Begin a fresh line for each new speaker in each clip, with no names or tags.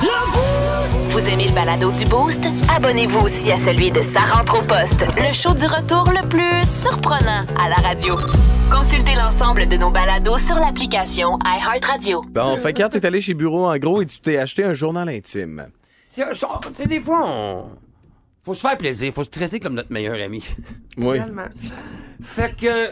Vous aimez le balado du Boost? Abonnez-vous aussi à celui de Sa rentre au poste, le show du retour le plus surprenant à la radio. Consultez l'ensemble de nos balados sur l'application iHeartRadio.
Bon, fait que hier, t'es allé chez Bureau en gros et tu t'es acheté un journal intime.
C'est c'est des fois, on... faut se faire plaisir, faut se traiter comme notre meilleur ami.
Oui.
Finalement. Fait que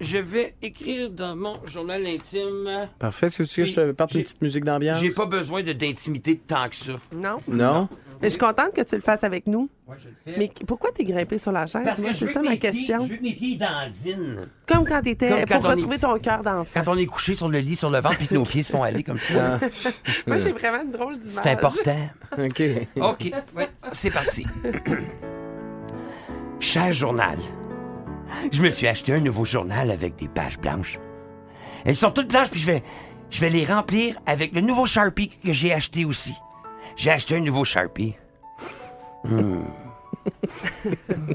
je vais écrire dans mon journal intime.
Parfait. Est-ce que tu veux que je te parte une
J'ai-
petite musique d'ambiance?
J'ai pas besoin de- d'intimité tant que ça.
Non.
Non?
Mais je suis contente que tu le fasses avec nous.
Ouais, je le fais.
Mais qu- pourquoi t'es grimpé sur la chaise?
Parce
Moi,
que je
c'est
veux,
ça
que
ma
mes
question.
Pieds, je veux que mes pieds dandinent.
Comme quand t'étais
Comme quand
pour
on est
retrouver
petit.
ton cœur d'enfant.
Quand on est couché sur le lit, sur le ventre, puis que nos pieds se font aller comme ça.
Moi, j'ai vraiment une drôle d'image.
C'est important.
OK.
OK, ouais, c'est parti. Cher journal, je me suis acheté un nouveau journal avec des pages blanches. Elles sont toutes blanches, puis je vais, je vais les remplir avec le nouveau Sharpie que j'ai acheté aussi. J'ai acheté un nouveau Sharpie. Hmm.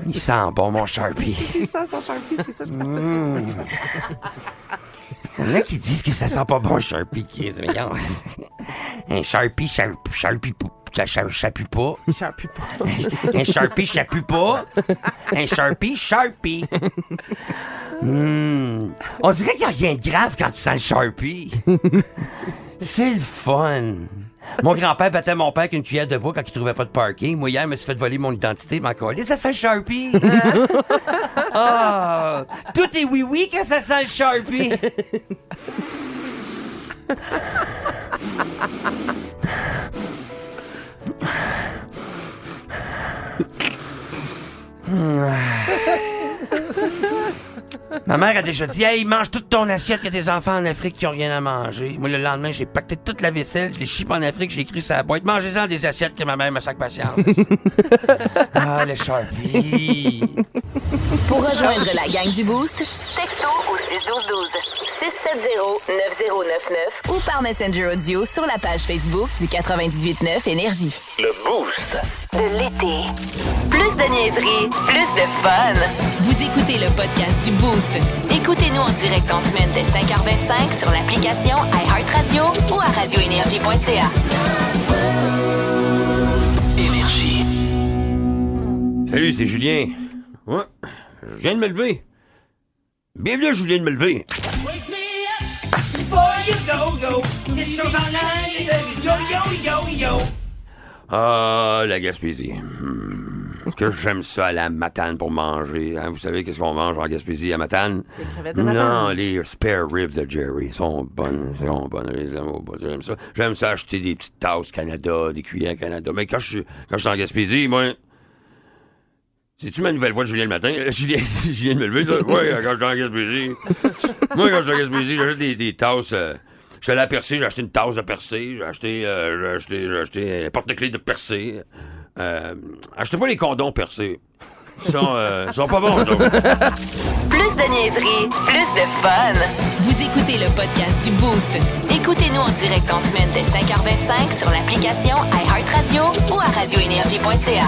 Il sent bon, mon Sharpie.
J'ai ça, son Sharpie, c'est ça. je pense.
Il y en a qui disent que ça sent pas bon, Sharpie Kids. Mais regarde. Un Sharpie, Sharpie, Sharpie, pou- ça ça- ça pue pas.
Sharpie pas.
Un Sharpie, ça pue pas. Un Sharpie, Sharpie. Hmm. On dirait qu'il n'y a rien de grave quand tu sens le Sharpie. C'est le fun. Mon grand-père battait mon père avec une cuillère de bois quand il trouvait pas de parking. Moi, hier, il me suis fait voler mon identité. Mais encore, ça sent le Sharpie. Ah! tout est oui-oui que ça sent le Sharpie. Ma mère a déjà dit Hey, mange toute ton assiette, il y a des enfants en Afrique qui ont rien à manger. Moi, le lendemain, j'ai pacté toute la vaisselle, je l'ai chipé en Afrique, j'ai écrit ça à boîte. Mangez-en des assiettes que ma mère me sac patience. ah, le Sharpie.
Pour rejoindre la gang du Boost, texto au 61212 670 9099 ou par Messenger audio sur la page Facebook du 989 énergie.
Le Boost.
De l'été, plus de niaiserie, plus de fun. Vous écoutez le podcast du Boost. Écoutez-nous en direct en semaine dès 5h25 sur l'application iHeartRadio ou à radioénergie.ca.
Salut, c'est Julien. Ouais, je viens de me lever. Bienvenue, Julien de me lever. Ah, la Gaspésie. Hmm, Que j'aime ça à la matane pour manger. Hein, vous savez qu'est-ce qu'on mange en Gaspésie à matane?
Les crevettes de
Non,
madame.
les spare ribs de Jerry sont bonnes, sont bonnes, les aime au bout. j'aime ça. J'aime ça acheter des petites tasses Canada, des cuillères Canada. Mais quand je suis quand je suis en Gaspésie, moi, c'est-tu ma nouvelle voix de Julien le matin? Euh, Julien, Julien de me lever, ça? Ouais, quand je suis en Gaspésie. Moi, quand je suis en Gaspésie, j'achète des, des tasses. euh, je suis allé à Percé, j'ai acheté une tasse de Percé, j'ai acheté, euh, j'ai acheté, j'ai acheté un porte-clés de Percé. Euh, achetez pas les condons Percé. Ils sont, euh, ils sont pas bons, donc.
Plus de niaiserie, plus de fun. Vous écoutez le podcast du Boost. Écoutez-nous en direct en semaine dès 5h25 sur l'application iHeartRadio ou à radioénergie.ca.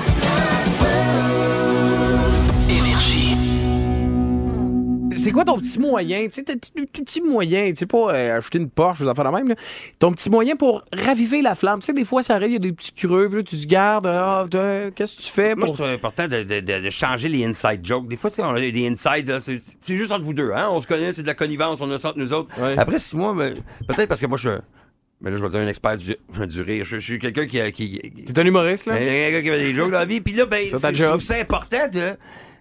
C'est quoi ton petit moyen? Tu sais, t'as tout- tout petit moyen, tu sais, pas euh, acheter une Porsche ou affaires de même, là. Ton petit moyen pour raviver la flamme. Tu sais, des fois, ça arrive, il y a des petits creux, puis là, tu te gardes, ah, t'as- qu'est-ce que tu fais
Moi, je
pour...
trouve important de, de- de- de changer les inside jokes. Des fois, tu sais, on a des inside, là, c'est c'est juste entre vous deux. Hein? On se connaît, c'est de la connivence, on a ça entre nous autres.
Ouais.
Après, si moi, ben, peut-être parce que moi, je suis. Mais là, je vais dire un expert du, du rire. Je, je suis quelqu'un qui, a- qui, qui-
T'es un humoriste, là?
un gars qui fait des jokes dans la vie. Puis là, ben,
Ça, ta
c'est- je
job.
trouve ça important de,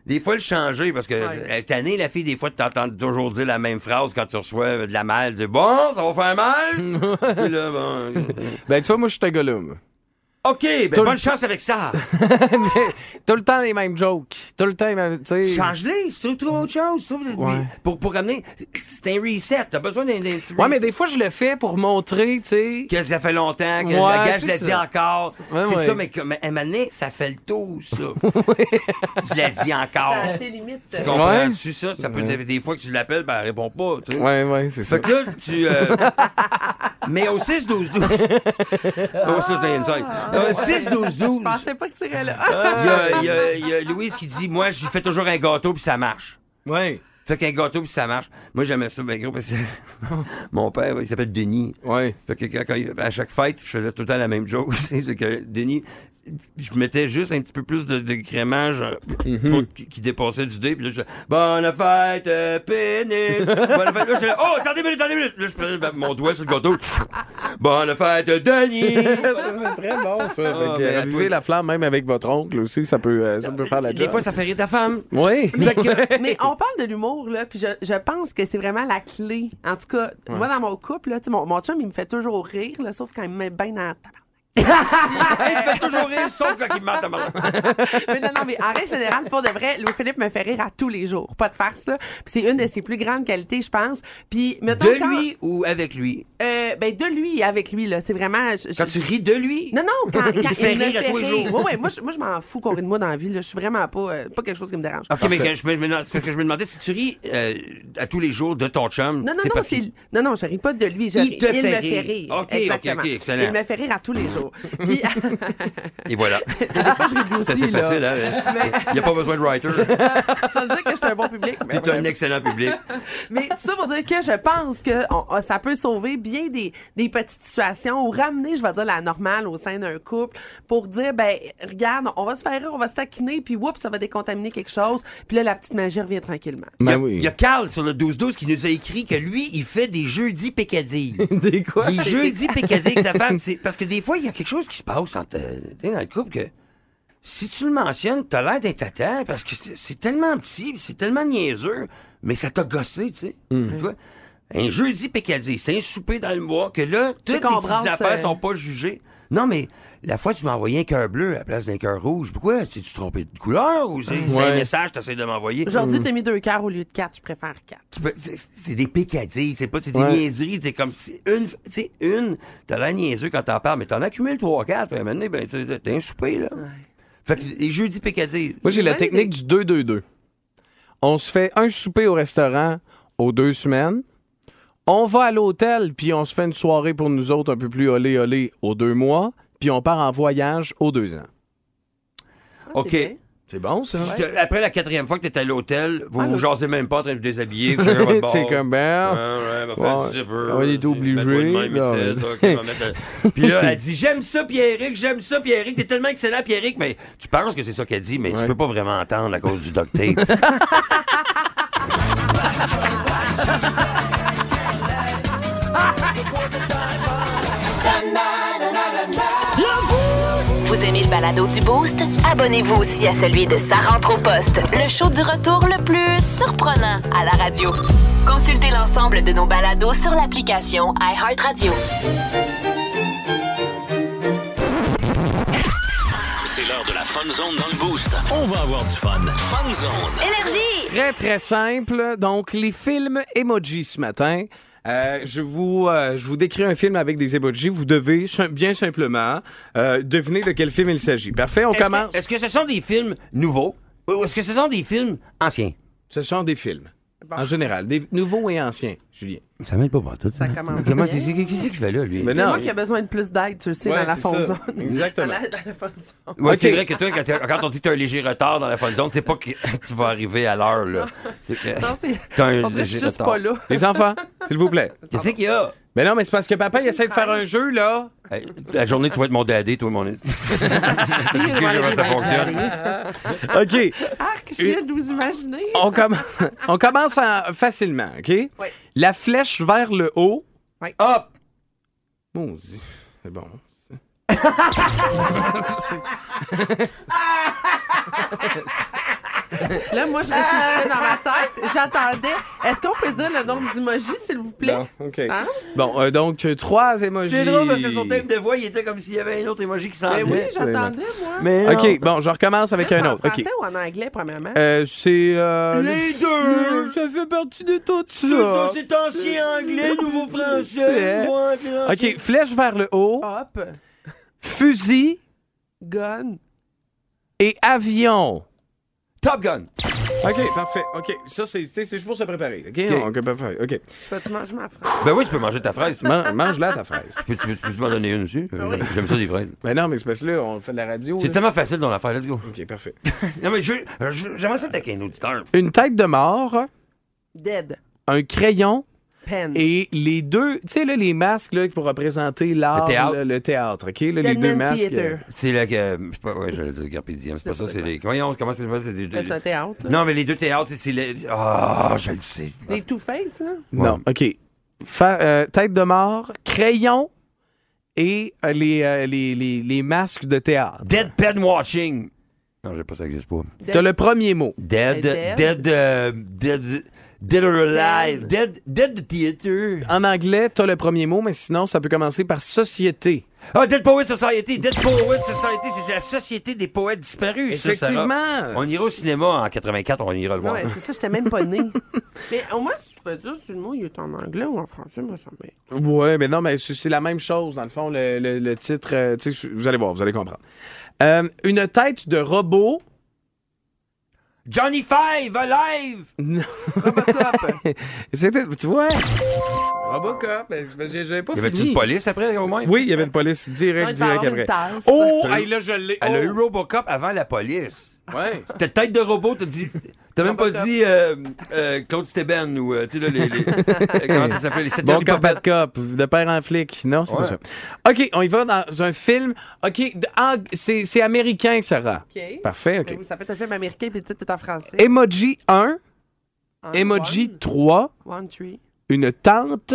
des fois, le changer. Parce que,
Ouais.
euh, tannée, la fille, des fois, tu t'entends toujours dire la même phrase quand tu reçois euh, de la malle. Dire, bon, ça va faire mal. Puis là, bon. euh,
Ben, tu vois, moi, je suis un gollum.
OK,
Tout
ben,
le-
bonne chance avec ça.
Tout le temps les mêmes jokes. Tout le temps les mêmes, tu sais.
Change-les, trouve, trouve autre chose. Trouve,
Ouais.
pour, pour ramener. C'est un reset. T'as besoin d'un d'un petit
Ouais, mais
reset.
des fois, je le fais pour montrer, tu sais.
Que ça fait longtemps, que
Ouais,
la gage
c'est
l'a
ça.
dit encore.
Ouais,
c'est
ouais.
ça, mais comme, à un moment donné, ça fait le tour, ça. je l'ai dit encore.
Ça, C'est limite.
Ah, Tu
euh,
comprends-tu ça? Ça peut être des fois que tu l'appelles, ben elle répond pas, tu sais.
Ouais, ouais, c'est ça.
Fait que là, tu. euh, mais au 6-12-12.
Ah.
Oh, ça, c'est Euh, inside. Au
Je
6-12-12.
pensais pas que tu irais là. Ah,
Il y a- il y, a- il y a Louise qui dit Moi, je lui fais toujours un gâteau puis ça marche.
Ouais.
Fait qu'un gâteau, puis ça marche. Moi, j'aimais ça, ben gros, parce que mon père, il s'appelle Denis.
Ouais.
Fait que quand- quand- à chaque fête, je faisais tout le temps la même joke. c'est que Denis, je mettais juste un petit peu plus de, de crémage euh, pour- qui, qui dépassait du dé. Puis là, je Bonne fête, euh, pénis! Bonne fête! Là, je Oh, attendez une minute, attendez une minute! Là, je prenais ma- mon doigt sur le gâteau. Bonne fête, Denis!
c'est très bon, ça.
Ah,
fait que, euh,
ben,
raviver
oui.
la flamme, même avec votre oncle aussi, ça peut, euh, ça peut faire la job.
Des fois, ça fait rire ta femme.
Oui.
Mais, que- mais on parle de l'humour, là, puis je, je pense que c'est vraiment la clé. En tout cas, moi, dans mon couple, là, tu sais, mon, mon chum, il me fait toujours rire, là, sauf quand il me met bien dans la tabarnak.
Hey, il me fait toujours rire, sauf quand il me ment à ma
mais non, non, mais en règle générale, pour de vrai, Louis-Philippe me fait rire à tous les jours. Pas de farce, là. Puis c'est une de ses plus grandes qualités, je pense. Puis, mettons,
De
quand-
lui ou avec lui?
euh, ben, de lui et avec lui, là. C'est vraiment. je-
Quand
je-
tu ris de lui?
Non, non, quand, quand
Il fait
me
rire à tous les jours.
Ouais, ouais, moi, je, moi, je m'en fous qu'on rit de moi dans la vie, là. Je suis vraiment pas, euh, pas quelque chose qui me dérange.
Ok, mais que je me, mais non, c'est parce que je me demandais si tu ris euh, à tous les jours de ton chum.
Non, non,
c'est
non,
parce
c'est...
qu'il-
non, non, je ris pas de lui. Je...
Il te
me
fait
fait
rire.
rire.
Ok, ok,
Exactement.
ok, excellent.
Il me fait rire à tous les jours. Puis,
Et voilà. C'est assez
là.
facile, hein? Il n'y a pas besoin de writer.
tu vas me dire que je suis un bon public. mais
T'es un
bref.
excellent public.
Mais tout ça pour dire que je pense que on- on- ça peut sauver bien des, des petites situations ou ramener, je vais dire, la normale au sein d'un couple pour dire, ben, regarde, on va se faire rire, on va se taquiner, puis whoop, ça va décontaminer quelque chose. Puis là, la petite magie revient tranquillement.
Il y, a-
Ben oui.
il y a Carl sur le 12-12 qui nous a écrit que lui, il fait des jeudis pécadilles.
Des quoi?
Les jeudis pécadilles avec sa femme. c'est- Parce que des fois, il y a quelque chose qui se passe entre, euh, t'es dans le couple que si tu le mentionnes, t'as l'air d'être à terre parce que c'est c'est tellement petit, puis c'est tellement niaiseux, mais ça t'a gossé, tu sais.
Hmm.
Tu vois? Un jeudi pécadille, c'est un souper dans le mois que là, toutes les
qu'on
petites
brasse,
affaires
euh,
sont pas jugées. Non, mais la fois, tu m'as envoyé un cœur bleu à la place d'un cœur rouge. Pourquoi? tu tu trompé de couleur ou c'est c'est
Ah. Ouais.
un message que tu de m'envoyer?
Aujourd'hui, t'as mis deux cœurs au lieu de quatre, je préfère quatre.
Tu peux- c'est- C'est des pécadilles, c'est pas c'est des
Ouais.
niaiseries, c'est comme si une, tu sais, une, t'as l'air niaiseux quand t'en parles, mais t'en accumules 3 4 puis à un moment donné, ben tu- t'as un souper là. Fait que les jeudis pécadilles.
Moi, j'ai la
Ouais,
technique du 2-2-2. On se fait un souper au restaurant aux deux semaines. On va à l'hôtel, puis on se fait une soirée pour nous autres un peu plus olé olé aux deux mois. Puis on part en voyage aux deux ans.
Ah,
OK.
c'est bien.
C'est bon, ça?
Puis t'as- Après la quatrième fois que t'es à l'hôtel, vous
Ah,
vous
le-
jasez même pas en train de vous déshabiller, vous cherchez votre
C'est
bord.
comme
Ouais,
ben.
ouais, va faire
Ouais.
le zipper,
On est
tu sais,
obligé,
euh, mets-toi de même
là,
ici,
ouais.
toi, qui va mettre euh, le- Puis là, elle dit J'aime ça, Pierrick, j'aime ça, Pierrick, t'es tellement excellent, Pierrick. Mais tu penses que c'est ça qu'elle dit, mais
Ouais.
tu peux pas vraiment entendre à cause du duct tape.
Vous aimez le balado du Boost? Abonnez-vous aussi à celui de Sa rentre au poste, le show du retour le plus surprenant à la radio. Consultez l'ensemble de nos balados sur l'application iHeartRadio.
C'est l'heure de la fun zone dans le boost. On va avoir du fun. Fun zone.
Énergie!
Très, très simple. Donc, les films emoji ce matin. Euh, je, vous, euh, je vous décris un film avec des emojis. Vous devez sim- bien simplement euh, deviner de quel film il s'agit. Parfait, on
Est-ce que-
commence.
Est-ce que, ce sont des films nouveaux ou est-ce que ce sont des films anciens?
Ce sont des films. En général, des nouveaux et anciens, Julien.
Ça m'aide pas tout. hein.
Ça commence
Comment
bien.
c'est c'est- qu'est-ce qu'il fait là, lui?
Mais
C'est
non,
moi qui ai besoin de plus d'aide, tu le sais,
Ouais,
dans la
c'est
fond
ça.
zone.
Exactement.
Dans la, dans la fun zone.
Ouais,
Ok.
c'est vrai que toi, quand, t'as- quand on dit que t'as un léger retard dans la fun zone, c'est pas que tu vas arriver à l'heure, là. C'est que
Non, c'est.
t'as un
On dirait que je
léger
suis juste
retard.
pas là.
Les enfants, s'il vous plaît.
Qu'est-ce qu'il y a?
Mais non, mais c'est parce que papa, il essaie de faire un jeu, là.
Hey, La journée, tu vas être mon dadé, toi, mon...
Je vais aller
comment ça
me
fonctionne.
OK.
Arc, je viens de vous imaginer.
On, comm- on commence en- facilement, OK?
Oui.
La flèche vers le haut.
Hop!
Bon, c'est bon.
Là, moi, je réfléchissais dans ma tête. J'attendais. Est-ce qu'on peut dire le nombre d'emojis, s'il vous plaît?
Bon, OK.
Hein?
Bon, euh, donc, euh, trois émojis.
C'est drôle, parce que son thème de voix, il était comme s'il y avait un autre émoji qui s'en
Mais Ben oui,
venait.
j'attendais, moi.
Mais non.
OK, bon, je recommence avec
C'est
un
en
autre. OK.
français ou en anglais, premièrement?
Euh, c'est... euh,
Les deux!
Ça fait partie de tout
Ça,
ça.
C'est ancien anglais, nouveau français.
C'est-
nouveau ancien.
OK, flèche vers le haut,
Hop,
fusil
gun.
et avion.
Top Gun.
OK, parfait. OK, ça, c'est c'est- c'est juste pour se préparer. OK, on peut faire. OK.
Je peux-tu manger ma phrase?
Ben oui, tu peux manger ta fraise.
Man- Mange-la, ta fraise.
Peux- Tu peux, tu peux m'en donner une aussi?
Ben
J'aime ça des fraises.
Mais non, mais c'est parce que là, on fait de la radio.
C'est
là.
tellement facile dans l'affaire, let's go.
OK, parfait.
Non, mais je- je- j'aimerais ça attaquer un auditeur.
Une tête de mort,
Dead.
un crayon
Pen.
et les deux, tu sais, là, les masques là, pour représenter l'art,
Le théâtre.
là, le théâtre, OK? Là, les
Dead
deux
Man
masques.
Theater.
euh,
C'est là que. Je sais pas, ouais, j'allais dire Carpe Diem, C'est pas ça, c'est les. Voyons, comment ça s'appelle? C'est des-
Ben, C'est un théâtre. là.
Non, mais les deux théâtres, c'est- c'est les. Ah, je le sais.
Les Two-Face, là.
Non, OK. Fa- euh, tête de mort, crayon et euh, les, euh, les, les, les masques de théâtre.
Deadpan Watching. Non, j'ai pas ça existe pas.
T'as le premier mot.
Dead.
Dead.
Dead. euh, Dead. Dead or Alive. Dead. Dead Theater.
En anglais, t'as le premier mot, mais sinon, ça peut commencer par société.
Ah, Dead Poet Society. Dead Poet Society, c'est la société des poètes disparus. ça, Sarah.
Effectivement.
On ira au cinéma en 84, on ira le voir.
Ouais, c'est ça, j'étais même pas née. mais au moins, si tu veux dire si le mot il est en anglais ou en français, moi, ça me.
Ouais, mais non, mais c'est c'est la même chose, dans le fond, le, le- le titre. euh, tu sais, vous allez voir, vous allez comprendre. Euh, une tête de robot.
Johnny Five, Alive!
Non. C'était, tu vois. Robocop, ben, c'est parce que j'avais pas
Y avait-tu
fini.
une police après, au moins?
Oui, il y avait une police direct,
Ouais, il doit
direct
avoir une
après.
tasse.
Oh,
T'as eu-
hey, là, je l'ai.
Elle a eu
Oh.
Robocop avant la police.
Ouais.
T'es tête de robot, Ah, t'as dit. T'as même pas
Robocop.
dit euh, euh, Claude Steben ou, euh, tu sais, là, les. les- euh, comment ça s'appelle? Les sept
Bon
Harry
cop,
Potter.
bad cop, de père en flic. Non, c'est
Ouais.
pas ça. OK, on y va dans un film. OK, d- en- c'est c'est américain, Sarah.
OK.
Parfait,
Ben
OK.
oui, ça fait un film américain, puis le titre est en français.
Emoji 1,
En
emoji 3,
One, one tree.
une tente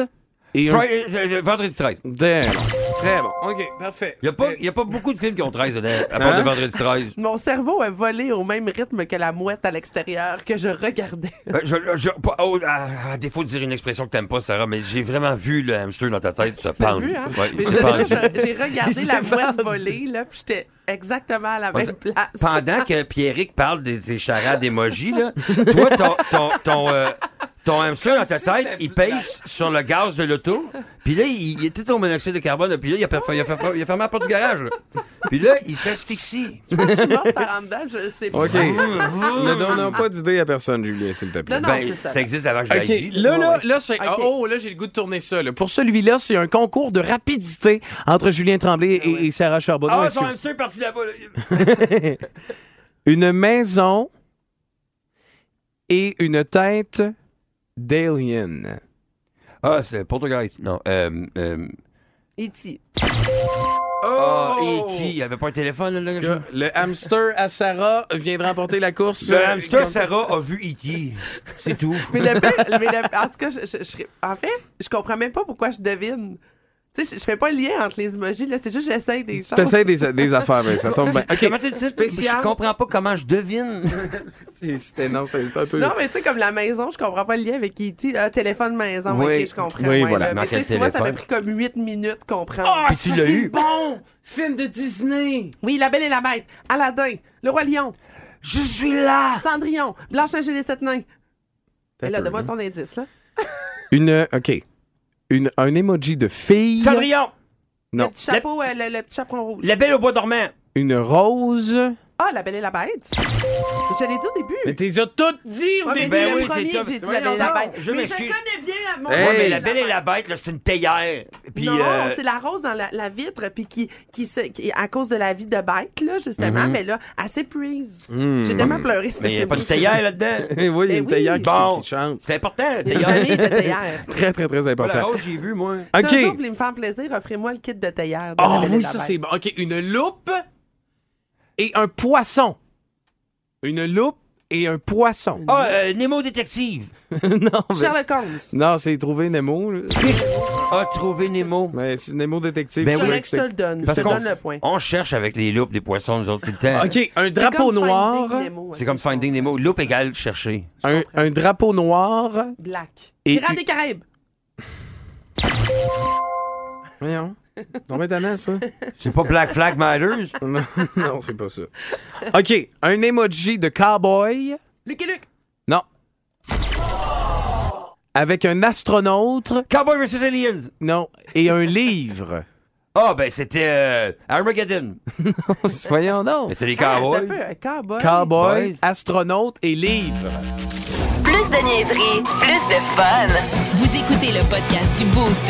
et un...
Friday- euh, euh, vendredi 13.
Damn. Très bon. OK, parfait.
Il
C'était-
n'y a, pas beaucoup de films qui ont 13 dedans, à part
Hein?
de Vendredi 13.
Mon cerveau a volé au même rythme que la mouette à l'extérieur que je regardais.
Euh, je, je- pas- oh, à, à défaut de dire une expression que t'aimes pas, Sarah, mais j'ai vraiment vu le hamster dans ta tête se
T'as
pendre.
vu, hein?
Ouais,
Mais
il
je
se
te
pend.
dis, je- J'ai regardé
Il
la
s'est
mouette
pendu.
voler, là, puis j'étais exactement à la
Ouais,
même place.
Pendant que Pierrick parle des, des charades d'émojis, là, toi, ton, ton, ton, euh, ton hamster dans ta tête, il pèse sur le gaz de l'auto, puis là, il, il était au monoxyde de carbone, là, puis là, il a, perf- il a fer- il a fermé la porte du garage. là. Puis là, il s'asphyxie.
Je suis morte par en dedans, je sais pas.
OK. ne donnons pas d'idée à personne, Julien, s'il te plaît.
Non, non,
Ben,
c'est ça.
ça existe avant que je l'aille
OK,
dit.
là, là, là, c'est...
OK.
Oh, là, j'ai le goût de tourner ça. là. Pour celui-là, c'est un concours de rapidité entre Julien Tremblay
Ben
et, et Sarah Charbonneau.
Ah,
Est-ce
son
que-
hamster est parti là-bas. là.
Une maison et une tête d'alien.
Ah, c'est Portugais. Non, euh, euh,
E.T.
Ah, E.T., il n'y avait pas un téléphone, là, là.
Que Le hamster à Sarah vient de remporter la course.
Le
euh,
hamster
comme-
Sarah a vu E.T. C'est tout.
Mais le pire, mais le- en tout cas, je, je- je serais- en fait, je comprends même pas pourquoi je devine. Tu sais, je, je fais pas le lien entre les emojis, là, c'est juste que j'essaye des choses.
T'essayes des, des affaires, mais ça tombe bien. OK.
Comment tu dis
Spécial.
Je comprends pas comment je devine.
C'est- C'était non, c'était c'était un peu-
Non, mais tu sais, comme la maison, je comprends pas le lien avec E.T. Ah, téléphone maison,
Oui.
ok, je comprends.
Oui, voilà.
là.
Dans
Mais tu sais,
quel
tu vois, ça m'a
téléphone? Ah,
pris comme 8 minutes comprendre.
Ah,
Puis tu l'as eu.
bon! Film de Disney!
Oui, La Belle et la Bête, Aladdin, Le Roi Lion,
Je suis là!
Cendrillon, Blanche-Neige et les Sept Nains. Et là, donne-moi ton indice, là.
Une. OK. Une, un emoji de fille.
Cendrillon!
Non.
Le petit chapeau, euh, le, le petit chaperon rouge.
La belle au bois dormant!
Une rose.
Ah, La Belle et la Bête. Je l'ai dit au début.
Mais t'es as toutes dit au
Ouais, Ah, mais
début!
ben
c'est
oui,
le premier
c'est
que
top.
j'ai dit
Ouais,
La Belle et la
non,
Bête.
je
mais je
m'excuse.
connais bien la mon-
Hey.
Ouais, mais la belle et la bête, là, c'est une théière. Puis,
non,
euh,
c'est la rose dans la, la vitre, puis qui, qui, se, qui- à cause de la vie de bête, là, justement, mais là, elle s'éprise. J'ai tellement pleuré, ce
Mm-hmm. mais il n'y a
film.
pas de théière là-dedans.
Eh oui, Hmm. il y a
Eh
une
oui.
tailleur qui,
Bon.
qui chante.
C'est important, la
Les
théière.
amis de théière.
Très, très, très
Pas La
important.
rose, j'ai vu, moi.
Si un jour vous
OK.
voulez me faire plaisir, offrez-moi le kit de théière. de La
Oh
Belle et
oui,
la
ça
Bête.
c'est bon. OK. Une loupe et un poisson. Une loupe et un poisson.
Ah, euh, Nemo détective.
non, mais-
Sherlock Holmes.
Non, c'est trouver Nemo. là.
A trouvé Nemo.
Mais c'est Nemo détective. c'est
Ben
Je
vrai
voudrais
que
que je te le donne. Je
Parce
te
qu'on-
donne le point.
On cherche avec les loupes des poissons, nous autres, tout le temps.
c'était- OK, un
C'est
drapeau
comme Finding
noir.
Nemo, hein.
C'est
ok,
comme
je comprends.
Finding Nemo. Loupe égale chercher.
Un, un drapeau noir.
Black.
Et-
Pirates des Caraïbes.
Voyons. Non, mais t'en as, ça.
C'est pas Black Flag Matters.
Non, non, c'est pas ça. OK, un emoji de cowboy.
Lucky Luke.
Non. Avec un astronaute.
Cowboy vs. Aliens.
Non. Et un livre.
Ah, ben, c'était euh, Armageddon.
Voyons donc.
Mais c'est les
Ah,
cowboys.
t'as peu, un Cowboy.
Cowboy,
Boys.
astronaute et livre.
Plus de niaiserie, plus de fun. Vous écoutez le podcast du Boost.